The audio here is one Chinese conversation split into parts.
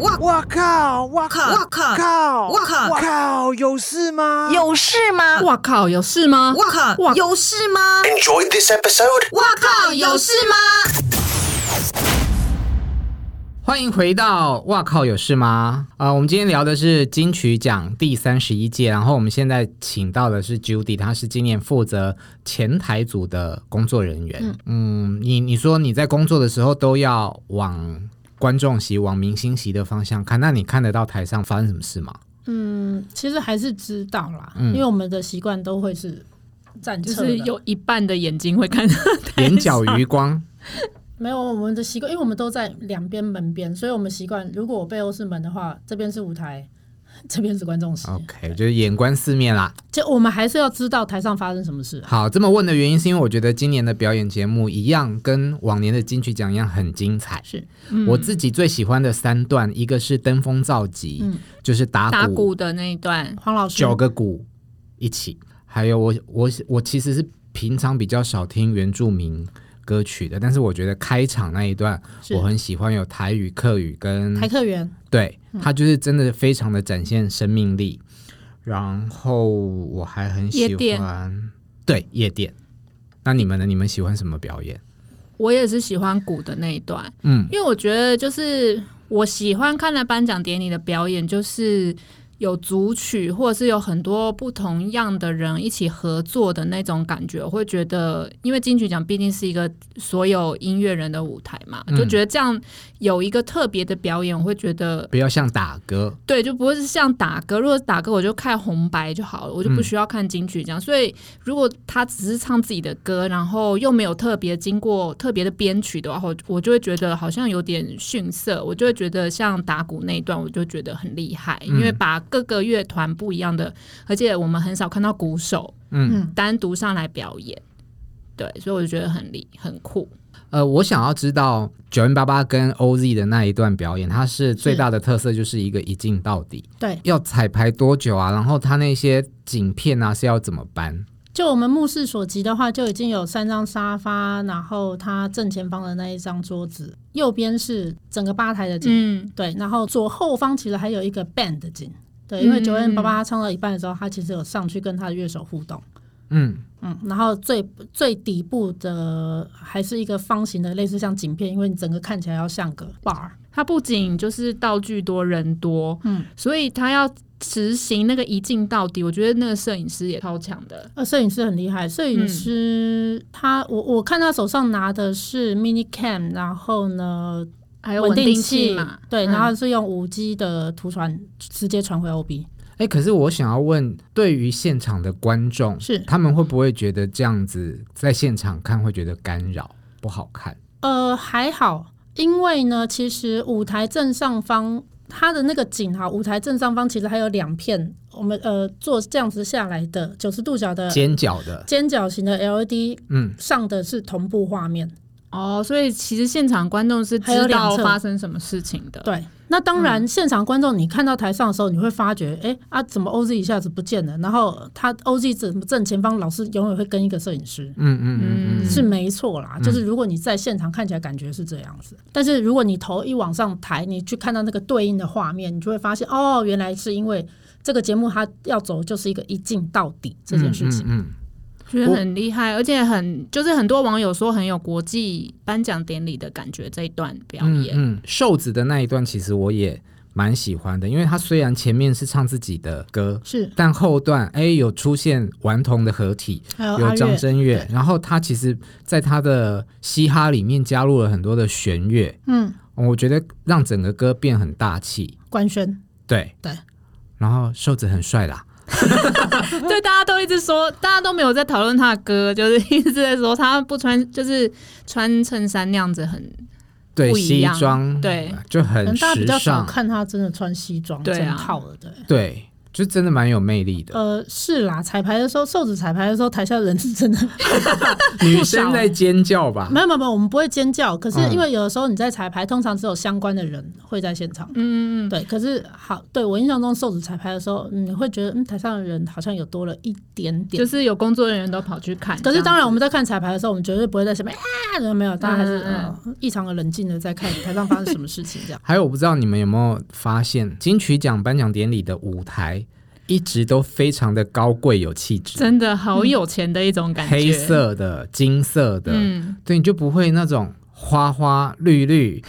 哇靠！哇靠！哇靠靠！哇靠哇靠！有事吗？有事吗？ 哇靠，有事吗？哇靠！哇有事吗？ Enjoyed this episode? 哇靠！有事吗？欢迎回到《哇靠有事吗》啊、我们今天聊的是金曲奖第三十一届，然后我们现在请到的是 Judy，她是今年负责前台组的工作人员。嗯，你你说你在工作的时候都要往观众席、往明星席的方向看，那你看得到台上发生什么事吗？嗯，其实还是知道啦，嗯因为我们的习惯都会是站就侧是的，有一半的眼睛会看到台眼角上余光，没有我们的习惯，因为我们都在两边门边，所以我们习惯，如果我背后是门的话，这边是舞台， 这边是观众席， OK，就是眼观四面啦。就我们还是要知道台上发生什么事啊。好，这么问的原因是因为我觉得今年的表演节目一样跟往年的金曲奖一样很精彩。嗯是我自己最喜欢的三段，一个是登峰造极，就是嗯打鼓嗯打鼓的那一段，黄老师，九个鼓一起，还有我我我其实是平常比较少听原住民歌曲的，但是我觉得开场那一段是我很喜欢，有台语、客语嗯跟台客员对，他就是真的非常的展现生命力。然后我还很喜夜店欢，对夜店。那你们呢？你们喜欢什么表演？我也是喜欢鼓的那一段，嗯，因为我觉得就是我喜欢看的颁奖典礼的表演，就是有组曲或者是有很多不同样的人一起合作的那种感觉，我会觉得，因为金曲奖毕竟是一个所有音乐人的舞台嘛，就觉得这样有一个特别的表演，我会觉得不要像打歌，对，就不会是像打歌。如果打歌，我就看红白就好了，我就不需要看金曲奖。所以，如果他只是唱自己的歌，然后又没有特别经过特别的编曲的话，我我就会觉得好像有点逊色。我就会觉得像打鼓那一段，我就觉得很厉害，因为把各个乐团不一样的，而且我们很少看到鼓手嗯单独上来表演。对，所以我就觉得很厉很酷。呃，我想要知道九零八八跟 OZ 的那一段表演，它是最大的特色就是一个一镜到嗯底，对，要彩排多久啊？然后它那些景片啊是要怎么搬？就我们目视所及的话，就已经有三张沙发，然后它正前方的那一张桌子，右边是整个吧台的景，嗯，对，然后左后方其实还有一个 band 的景，对，因为嗯九零八八他唱到一半的时候，他其实有上去跟他的乐手互动，嗯，嗯，然后最最底部的还是一个方形的，类似像景片，因为你整个看起来要像个 bar，它不仅就是道具多人多，嗯嗯，所以他要执行那个一镜到底，我觉得那个摄影师也超强的。呃，摄影师很厉害，摄影师他、我我看他手上拿的是 mini cam，然后呢还有稳定器嘛，对，嗯然后是用五 G 的图传直接传回 OB，哎，可是我想要问，对于现场的观众，是他们会不会觉得这样子在现场看会觉得干扰不好看？呃，还好，因为呢，其实舞台正上方它的那个景哈，舞台正上方其实还有两片，我们呃做这样子下来的九十度角的尖角的，尖角型的 LED 嗯，上的是同步画面，哦，所以其实现场观众是还有知两道侧发生什么事情的。，对。那当然，现场观众你看到台上的时候，你会发觉，哎、啊，怎么 OZ 一下子不见了？然后他 OZ 怎么正前方老是永远会跟一个摄影师，嗯嗯嗯嗯，是没错啦，就是如果你在现场看起来感觉是这样子，但是如果你头一往上抬，你去看到那个对应的画面，你就会发现哦，原来是因为这个节目它要走就是一个一镜到底这件事情。嗯嗯嗯觉得很厉害，而且很就是很多网友说很有国际颁奖典礼的感觉。这一段表演，嗯嗯，瘦子的那一段其实我也蛮喜欢的，因为他虽然前面是唱自己的歌，是但后段哎有出现顽童的合体，还有有哦阿张月，震岳，然后他其实在他的嘻哈里面加入了很多的弦乐，嗯，我觉得让整个歌变很大气，官宣对对。然后瘦子很帅啦，对，大家都一直说，大家都没有在讨论他的歌，就是一直在说他不穿，就是穿衬衫那样子很对不一西样装啊对就可很能大家比时较少尚，看他真的穿西装对啊整套的，对。对，就真的蛮有魅力的。呃，是啦，彩排的时候，瘦子彩排的时候，台下人是真的女不少生在尖叫吧？没有没有没有，我们不会尖叫。可是嗯。因为有的时候你在彩排，通常只有相关的人会在现场。嗯嗯嗯，对，可是好，对我印象中瘦子彩排的时候，嗯，你会觉得嗯，台上的人好像有多了一点点。就是有工作人员都跑去看。可这是样当然，我子们在看彩排的时候，我们绝对不会在前面啊，没有，当然还是、嗯呃异常的冷静的在看台上发生什么事情这样还有，我不知道你们有没有发现，金曲奖颁奖典礼的舞台一直都非常的高贵有气质，真的好有钱的一种感觉，黑色的、金色的，嗯，对，你就不会那种花花绿绿，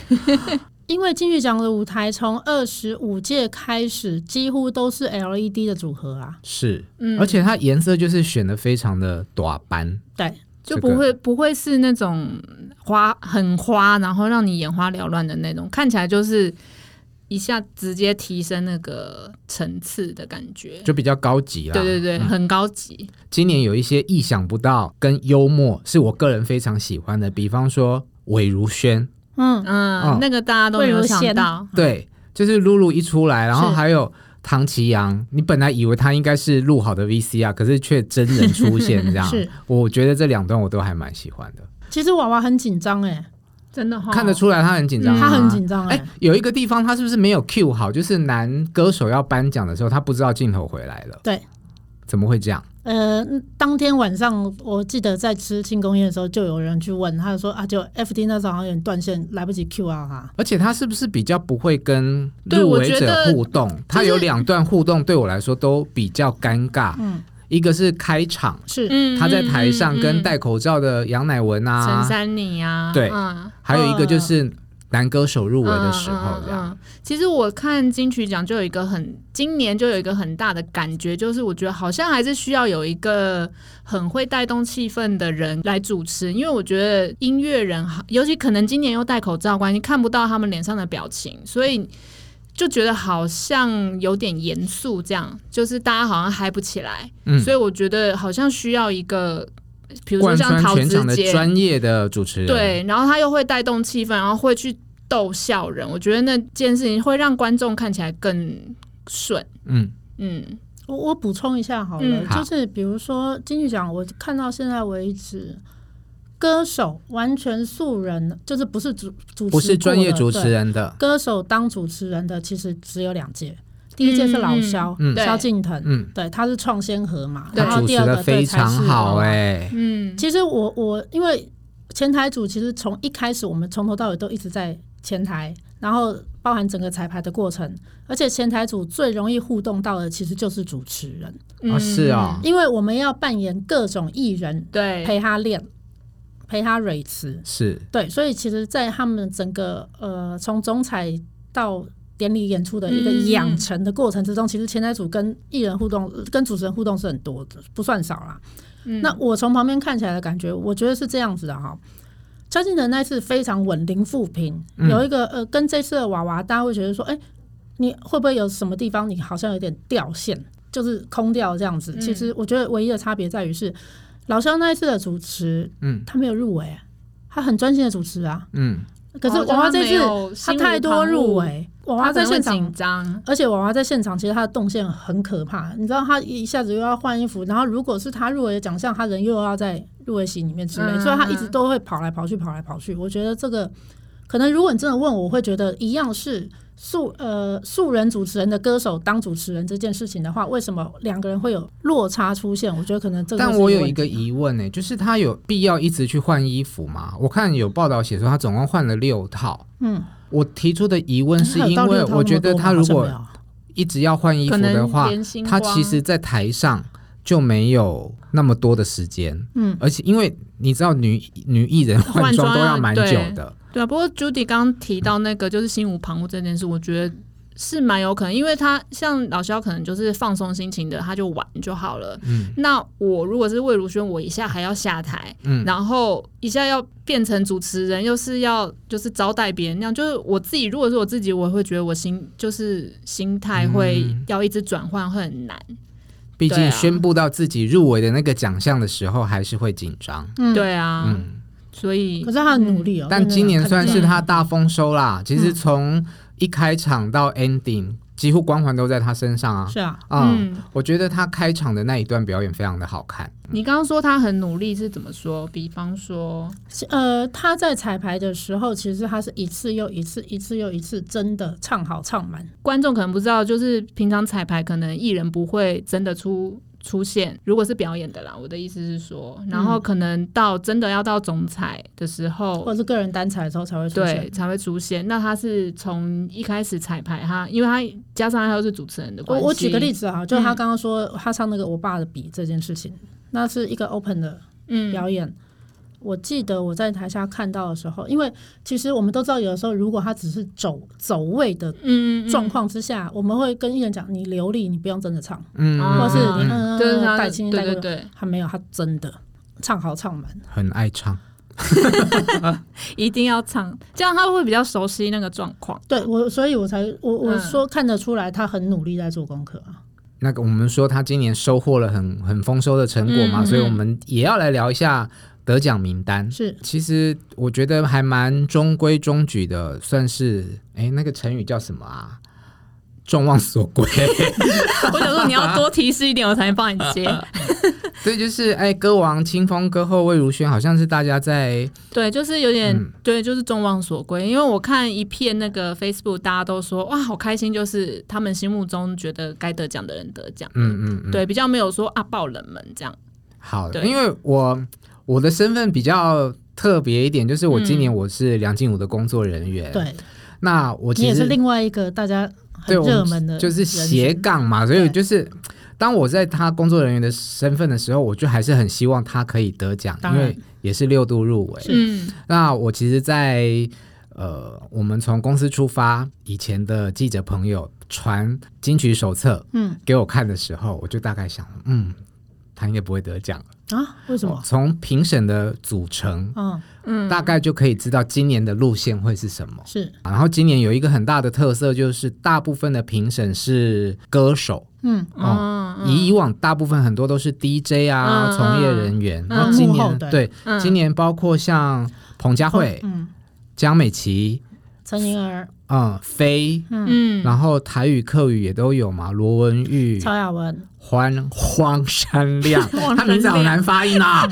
因为金曲奖的舞台从二十五届开始，几乎都是 LED 的组合啊，是，嗯而且它颜色就是选的非常的短斑，对，就这不个会不会是那种花很花，然后让你眼花缭乱的那种，看起来就是一下直接提升那个层次的感觉。就比较高级啦。对对对，嗯很高级。今年有一些意想不到跟幽默，是我个人非常喜欢的，比方说魏如萱，嗯，嗯嗯，那个大家都没有想到，对，就是露露一出来，然后是还有唐奇阳，你本来以为他应该是录好的 VCR，可是却真人出现这 样是，哦我觉得这两段我都还蛮喜欢的，其实娃娃很紧张哎、真的哈，看得出来他很紧张、啊他很紧张哎、哎，有一个地方他是不是没有 cue 好？就是男歌手要颁奖的时候，他不知道镜头回来了，对，怎么会这样？呃，当天晚上我记得在吃庆功宴的时候，就有人去问，他就说啊，就 FD 那时候好像有点断线，来不及 Q 啊哈。而且他是不是比较不会跟对入围我觉者得互动？他有两段互动对我来说都比较尴尬，嗯，一个是开场，是，嗯他在台上嗯跟、嗯戴口罩的杨乃文嗯陈啊，珊妮啊，对嗯还有一个就是男歌手入围的时候，这嗯嗯样嗯其实我看金曲奖就有一个很，今年就有一个很大的感觉，就是我觉得好像还是需要有一个很会带动气氛的人来主持，因为我觉得音乐人好，尤其可能今年又戴口罩关系，看不到他们脸上的表情，所以。就觉得好像有点严肃，这样就是大家好像嗨不起来，嗯所以我觉得好像需要一个，比如说贯像穿陶全子场的杰专业的主持人，，对，然后他又会带动气氛，然后会去逗笑人。我觉得那件事情会让观众看起来更顺。嗯，嗯我我补充一下好了，嗯好就是比如说金曲奖，我看到现在为止。歌手完全素人，就是不是主主持不是专业过主的持。人的对，歌手当主持人的其实只有两届，第一届是老嗯嗯萧，嗯萧对敬腾，嗯，对，他是创先河嘛，然他后主第持二个的非对才常是好娃娃哎、嗯，其实我我因为前台组，其实从一开始我们从头到尾都一直在前台，然后包含整个彩排的过程，而且前台组最容易互动到的其实就是主持人，哦是哦，因为我们要扮演各种艺人嗯对，陪他练，陪他蕊词，是对，所以其实，在他们整个呃从总彩到典礼演出的一个嗯养成的过程之中，其实前台组跟艺人互动、跟主持人互动是很多的，不算少啦。嗯那我从旁边看起来的感觉，我觉得是这样子的哈。萧敬腾那次非常稳，零负评，嗯有一个呃，跟这次的娃娃，大家会觉得说，哎、你会不会有什么地方你好像有点掉线，就是空掉这样嗯子？其实我觉得唯一的差别在于是，老萧那一次的主持，嗯他没有入围，啊他很专心的主持啊。嗯，可是哦就娃娃这没次、有他心无太多旁骛入，围，娃娃他在在现现场紧张。而且娃娃在现场，其实他的动线很可怕。你知道，他一下子又要换衣服，然后如果是他入围的奖项，他人又要在入围席里面之类，嗯所以他一直都会跑来跑去，跑来跑去。我觉得这个可能，如果你真的问我，我会觉得一样是素呃素人主持人的歌手当主持人这件事情的话，为什么两个人会有落差出现？我觉得可能这个但是我有问一个题疑问呢、就是他有必要一直去换衣服吗？我看有报道写说他总共换了六套。嗯，我提出的疑问是哎他有因到为六套我那觉么得多吗他如好像没果有一直要换衣服的话可能连星，他光其实在台上就没有那么多的时间。嗯，而且因为你知道女女艺人换换装装都要要蛮对久的，对啊，不过 Judy 刚刚提到那个就是心无旁骛这件事，我觉得是蛮有可能，因为他像老肖可能就是放松心情的，他就玩就好了。嗯那我如果是魏如萱，我一下还要下台，嗯然后一下要变成主持人，又是要就是招待别人那样，就是我自己如果是我自己，我会觉得我心就是心态会嗯要一直转换会很难。毕对竟啊宣布到自己入围的那个奖项的时候，还是会紧张。嗯，。对啊，嗯，所以可是他很努力哦，但真的今年看算得嗯是出来他大丰收啦。其实从一开场到 ending，几乎光环都在他身上啊。是啊，啊、嗯我觉得他开场的那一段表演非常的好看。你刚刚说他很努力是怎么说？比方说，呃，他在彩排的时候，其实他是一次又一次，一次又一次，真的唱好唱满。观众可能不知道，就是平常彩排可能艺人不会真的出出现，如果是表演的啦，我的意思是说，嗯然后可能到真的要到总彩的时候，或者是个人单彩的时候才会出对现。才会出现。那他是从一开始彩排他，因为他加上他又是主持人的我关系，我举个例，子啊，就是他嗯刚刚说他唱那个《我爸的笔》这件事情，那是一个 open 的嗯，表演。我记得我在台下看到的时候，因为其实我们都知道，有的时候如果他只是走走位的嗯状，况之下，我们会跟艺人讲你流利，你不用真的唱，嗯，啊或是你嗯嗯嗯就是他带轻带对过对。对，他没有，他真的唱好唱满。很爱唱。一定要唱，这样他会比较熟悉那个状况。对我，所以我才我我嗯说看得出来，他很努力在做功课啊。那个我们说他今年收获了很很丰收的成果嘛，嗯所以我们也要来聊一下得奖名单。是其实我觉得还蛮中规中矩的，算是哎，那个成语叫什么啊？众望所归，我想说你要多提示一点，我才能帮你接。对，就是哎，歌王清风，歌后魏如萱，好像是大家在对，就是有点、嗯对，就是众望所归。因为我看一片那个 Facebook，大家都说哇，好开心，就是他们心目中觉得该得奖的人得奖。嗯嗯嗯，对，比较没有说啊爆冷门这样。好，对因为我我的身份比较特别一点，就是我今年我是梁静茹的工作人员，，对那我你其也实是另外一个大家很对我们热门的，就是斜。杠嘛，所以对就是当我在他工作人员的身份的时候，我就还是很希望他可以得奖，当因然为也是六度入围。嗯那我其实在，呃，我们从公司出发，以前的记者朋友传金曲手册嗯给我看的时候，我就大概想，嗯，他应该不会得奖。啊，为什么？从评审的组成，嗯，嗯，大概就可以知道今年的路线会是什么。是然后今年有一个很大的特色，就是大部分的评审是歌手，嗯哦，嗯嗯以以往大部分很多都是 DJ 啊，嗯嗯从业人员。那、嗯今幕后年的对、嗯今年包括像彭佳慧、嗯，江美琪，陈莹儿、嗯，飞。嗯，然后台语、客语也都有嘛，罗文玉、曹雅文，欢荒 山亮，山亮他名字好难发 音啊。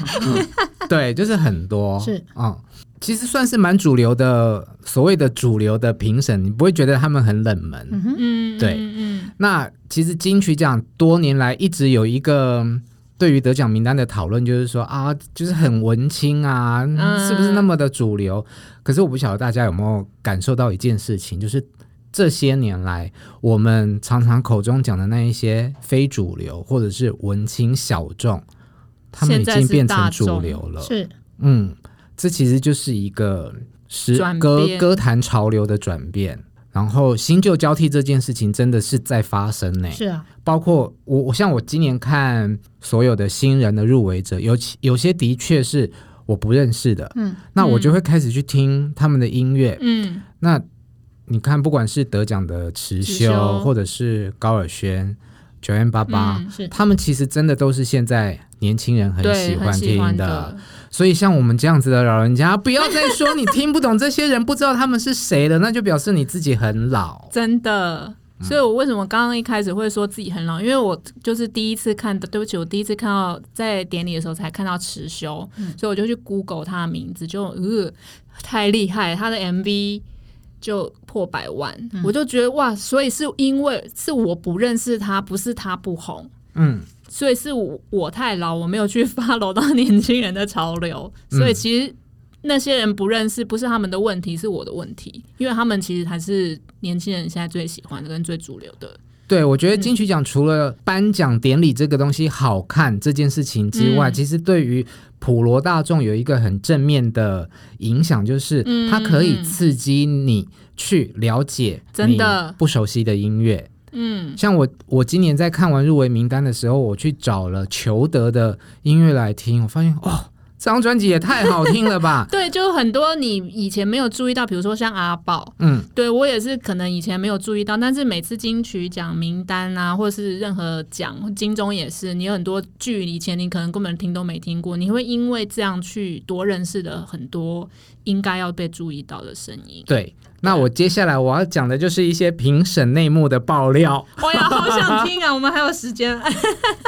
对，就是很多是嗯，其实算是蛮主流的，所谓的主流的评审，你不会觉得他们很冷门。嗯哼，嗯，对嗯那其实金曲奖多年来一直有一个嗯对于得奖名单的讨论，就是说啊，就是很文青啊，嗯是不是那么的主流？可是我不晓得大家有没有感受到一件事情，就是这些年来我们常常口中讲的那一些非主流或者是文青小众，他们已现在经是变大成主众流了。是嗯，这其实就是一个时转歌变歌坛潮流的转变。然后新旧交替这件事情真的是在发生呢、是啊，包括我，我像我今年看所有的新人的入围者，有其有些的确是我不认识的，嗯，那我就会开始去听他们的音乐。嗯那你看，不管是得奖的池池修，修或者是高尔宣、九 N 八八嗯，是他们其实真的都是现在年轻人很喜对，欢很喜听欢的。，所以像我们这样子的老人家， 不要再说你听不懂这些人，不知道他们是谁了，那就表示你自己很老。真的。所以我为什么刚刚一开始会说自己很老？因为我就是第一次看到，对不起，我第一次看到在典礼的时候才看到池修，所以我就去 Google 他的名字，就呃太厉害，他的 MV 就破百万，我就觉得哇，所以是因为是我不认识他，不是他不红，嗯，所以是我我太老，我没有去 follow 到年轻人的潮流，所以其实那些人不认识不是他们的问题，是我的问题，因为他们其实才是年轻人现在最喜欢的跟最主流的。对，我觉得金曲奖除了颁奖典礼这个东西好看这件事情之外，嗯其实对于普罗大众有一个很正面的影响，就是嗯它可以刺激你去了解真的你不熟悉的音乐。嗯！像我，我今年在看完入围名单的时候，我去找了裘德的音乐来听，我发现哦，这张专辑也太好听了吧对就很多你以前没有注意到，比如说像阿宝，嗯，对我也是可能以前没有注意到，但是每次金曲奖名单啊，或者是任何奖，金钟也是，你有很多剧以前你可能根本听都没听过，你会因为这样去多认识的很多应该要被注意到的声音。对。那我接下来我要讲的就是一些评审内幕的爆料。我呀，好想听啊！我们还有时间，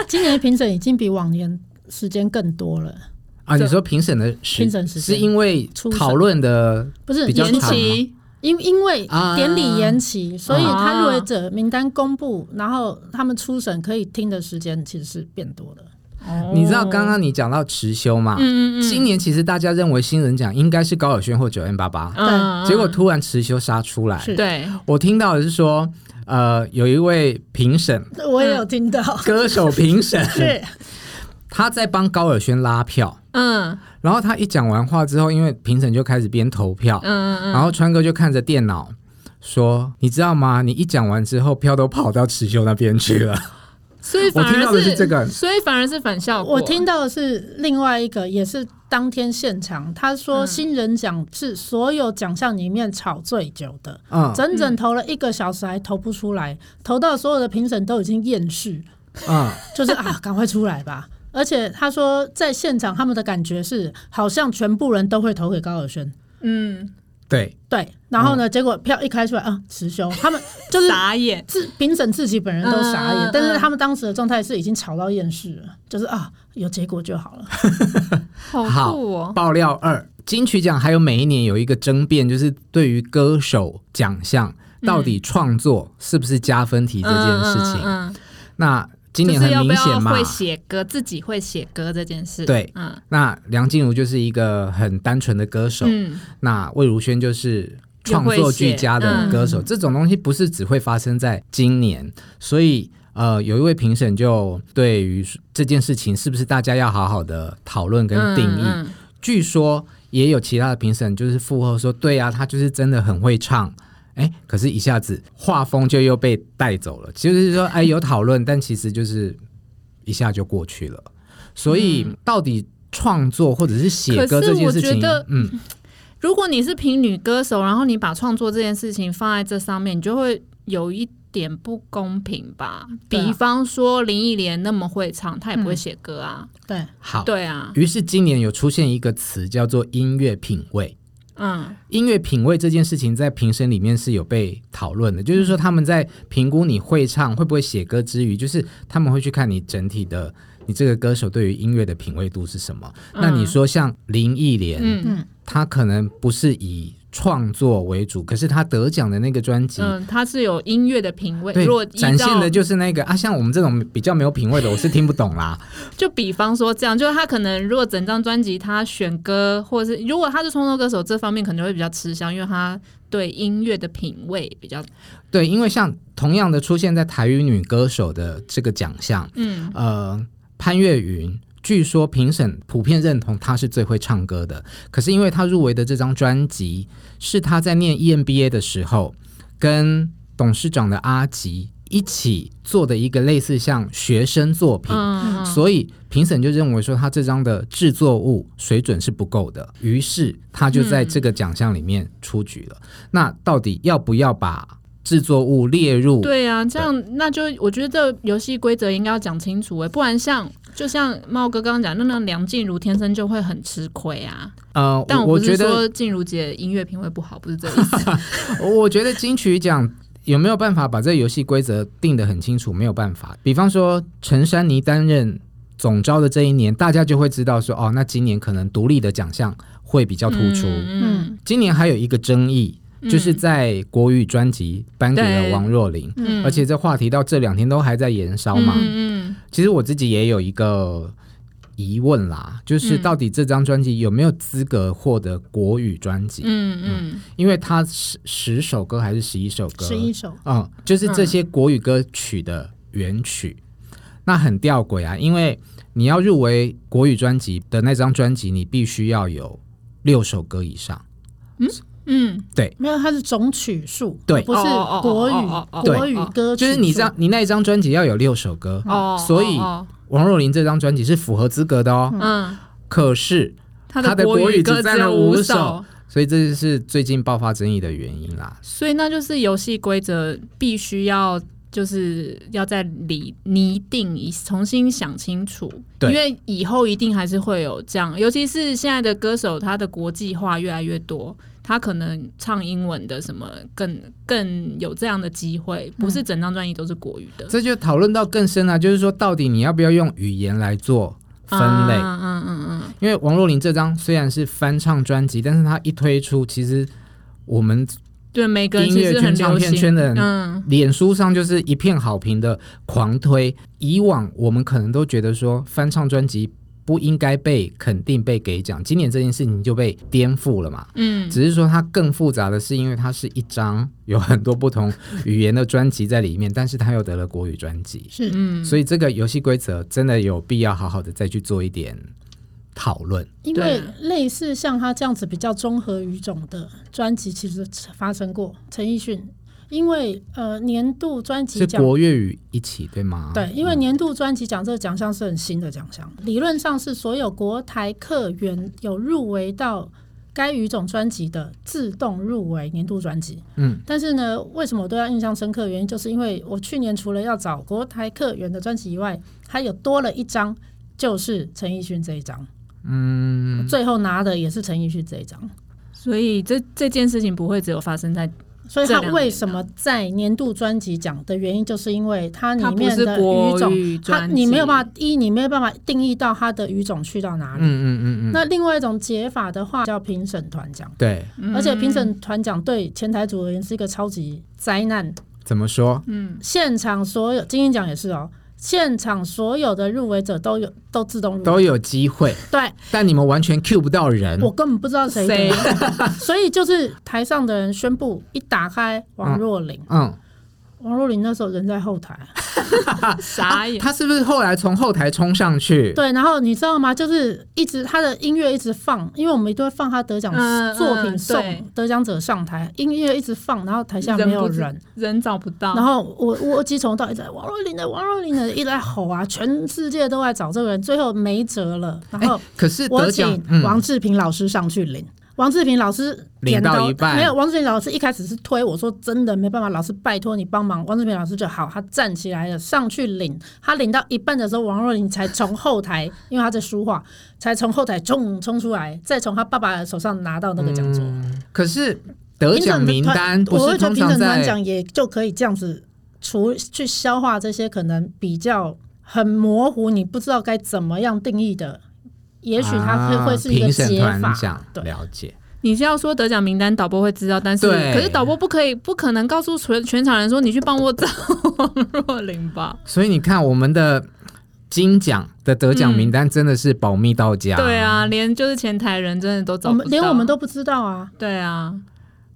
今年的评审已经比往年时间更多了，啊，你说评审的时评审时间是因为初审讨论的不是比较延长吗期因因为啊典礼延期，所以他入围者名单公布，然后他们初审可以听的时间其实是变多了。你知道刚刚你讲到持修嘛？哦嗯嗯嗯今年其实大家认为新人奖应该是高尔宣或九 N 八八，嗯结果突然持修杀出来。啊是对我听到的是说，呃，有一位评审，我也有听到，歌手评审， 是他在帮高尔宣拉票。嗯然后他一讲完话之后，因为评审就开始边投票，嗯嗯然后川哥就看着电脑说：“你知道吗？你一讲完之后，票都跑到持修那边去了。所以反我听到而的是这个所以反而是反效果。我听到的是另外一个，也是当天现场，他说嗯新人奖是所有奖项里面吵最久的。”啊嗯整整投了一个小时还投不出来，投到所有的评审都已经厌世， 嗯，就是 啊，赶快出来吧！而且他说，在现场他们的感觉是，好像全部人都会投给高尔宣。嗯对，对，然后呢，结果票一开出来啊，持修，他们 就是傻眼，自评审自己本人都傻嗯嗯眼嗯，但是他们当时的状态是已经吵到厌世了，就是啊，有结果就好了。好好酷哦！爆料二，金曲奖还有每一年有一个争辩，就是对于歌手奖项到底创作是不是加分题这件事情。嗯嗯嗯嗯那今年就是很要不明要显嘛，会写歌，自己会写歌这件事。对嗯那梁静茹就是一个很单纯的歌手，嗯，那魏如萱就是创作俱佳嗯的歌手，这种东西不是只会发生在今年，所以呃，有一位评审就对于这件事情是不是大家要好好的讨论跟定义。嗯嗯据说也有其他的评审就是附和说，对啊，他就是真的很会唱。哎，可是一下子画风就又被带走了。其实是说，哎，有讨论，但其实就是一下就过去了。所以到底创作或者是写歌嗯可是这件事我觉情得，嗯，如果你是凭女歌手，然后你把创作这件事情放在这上面，你就会有一点不公平吧？对啊比方说林忆莲那么会唱，她也不会写歌啊。对，嗯好，对啊，于是今年有出现一个词叫做音乐品味。嗯音乐品味这件事情在评审里面是有被讨论的，就是说他们在评估你会唱会不会写歌之余，就是他们会去看你整体的你这个歌手对于音乐的品味度是什么。那你说像林忆莲，嗯她可能不是以创作为主，可是她得奖的那个专辑。嗯，她是有音乐的品味。对如果，依展现照的就是那个啊，像我们这种比较没有品味的，我是听不懂啦。就比方说这样，就是他可能如果整张专辑他选歌，或者是如果他是创作歌手，这方面可能会比较吃香，因为他对音乐的品味比较对，因为像同样的出现在台语女歌手的这个奖项，嗯呃，潘越云，据说评审普遍认同她是最会唱歌的。可是因为她入围的这张专辑是她在念 E EMBA 的时候，跟董事长的阿吉一起做的一个类似像学生作品。嗯所以评审就认为说她这张的制作物水准是不够的，于是她就在这个奖项里面出局了。那到底要不要把制作物列入？对啊，这样那就我觉得游戏规则应该要讲清楚哎、不然像就像茂哥刚刚讲，那那梁静茹天生就会很吃亏啊。呃，但我不觉是得， 说嗯静茹姐音乐品味不好，不是这个意思。我觉得金曲奖。有没有办法把这个游戏规则定得很清楚？没有办法。比方说，陈珊妮担任总招的这一年，大家就会知道说，哦，那今年可能独立的奖项会比较突出。嗯今年还有一个争议，就是在国语专辑颁给了对王若琳，嗯而且哦这话题到这两天都还在延烧嘛。嗯嗯其实我自己也有一个疑问啦，嗯就是到底这张专辑有没有资格获得国语专辑？嗯嗯因为它十十首歌还是十一首歌？十一首，嗯，就是这些国语歌曲的原曲，那很吊诡啊，因为你要入围国语专辑的那张专辑，你必须要有六首歌以上。嗯，没有，它是总曲数，对不是哦哦哦国语哦哦哦国语对歌曲就数，是你这样，你那一张专辑要有六首歌，哦，所以哦王若琳这张专辑是符合资格的哦。嗯，可是他他的国国语歌只占有了五五首，所以这是最近爆发争议的原因啦。所以那就是游戏规则必须要就是要在里拟定一重新想清楚，因对为以后一定还是会有这样，尤其是现在的歌手，他的国际化越来越多。他可能唱英文的什么更更有这样的机会，不是整张专辑都是国语的、这就讨论到更深啊，就是说到底你要不要用语言来做分类？嗯嗯嗯嗯，因为王若琳这张虽然是翻唱专辑，但是她一推出，其实我们对，每个人音其乐实圈、很唱流片行。圈的人，嗯，脸书上就是一片好评的狂推。以往我们可能都觉得说翻唱专辑不应该被肯定、被给奖，今年这件事情就被颠覆了嘛。嗯，只是说它更复杂的是，因为它是一张有很多不同语言的专辑在里面，但是它又得了国语专辑，是嗯，所以这个游戏规则真的有必要好好的再去做一点讨论。因对为类似像他这样子比较综合语种的专辑，其实发生过陈奕迅，因为呃年度专辑是奖国粤语一起对吗？对，因为嗯年度专辑奖这个奖项是很新的奖项，理论上是所有国台客员有入围到该语种专辑的自动入围年度专辑。嗯，但是呢，为什么我对它印象深刻？原因就是因为我去年除了要找国台客员的专辑以外，还有多了一张，就是陈奕迅这一张。嗯，最后拿的也是陈奕迅这一张，所以这这件事情不会只有发生在啊所以这他两为年啊什么在年度专辑奖的原因，就是因为它里它不面是的语国种语它专辑，你没有办法一，你没有办法定义到它的语种去到哪嗯里。嗯嗯嗯，那另外一种解法的话，叫评审团奖，对，而且评嗯审团奖对前台组而言是一个超级灾难。怎么说？嗯现场所有金鹰奖也是哦，现场所有的入围者都有都自动入围都有机会，对但你们完全 cue 不到人。我根本不知道谁嗯谁得， 所以就是台上的人宣布，一打开王若琳，嗯，王若琳那时候人在后台，啊傻眼，他是不是后来从后台冲上去？对，然后你知道吗？就是一直他的音乐一直放，因为我们都会放他得奖嗯作品嗯送对得奖者上台，音乐一直放，然后台下没有不知人。人找不到，然后我我鸡从头到尾在王若琳的王若琳的一直在吼啊，全世界都在找这个人，最后没辙了。然后哎可是我得奖请，嗯王志平老师上去领，王志平老师领点到头一半没有，王志平老师一开始是推我说真的没办法，老师拜托你帮忙。王志平老师就好，他站起来了上去领，他领到一半的时候，王若琳才从后台，因为他在书画，才从后台冲冲出来，再从他爸爸手上拿到那个奖座。嗯可是得评审奖名团单不我会是觉得通评常审团在奖也就可以这样子除去消化这些可能比较很模糊，你不知道该怎么样定义的。也许它会啊会是一个评审解团法，奖对了解，你是要说得奖名单导播会知道，但是对可是导播不可以，不可能告诉全全场人说你去帮我找 王若琳吧？所以你看我们的金奖的得奖嗯名单真的是保密到家，对，啊，连就是前台人真的都找我不到，们连我们都不知道啊。对啊，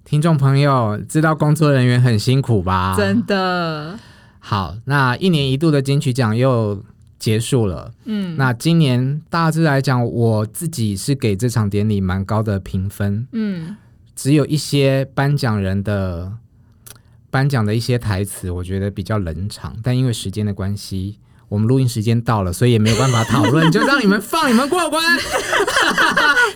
听众朋友知道工作人员很辛苦吧？真的，好，那一年一度的金曲奖又结束了，嗯那今年大致来讲，我自己是给这场典礼蛮高的评分，嗯，只有一些颁奖人的颁奖的一些台词，我觉得比较冷场，但因为时间的关系。我们录音时间到了，所以也没有办法讨论，就让你们放你们过关。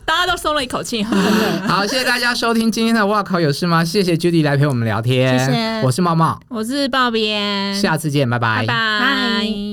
大家都松了一口气，好，谢谢大家收听今天的《哇靠有事吗》，谢谢 Judy 来陪我们聊天，谢谢我是茂茂，我是鲍边，下次见，嗯拜拜。拜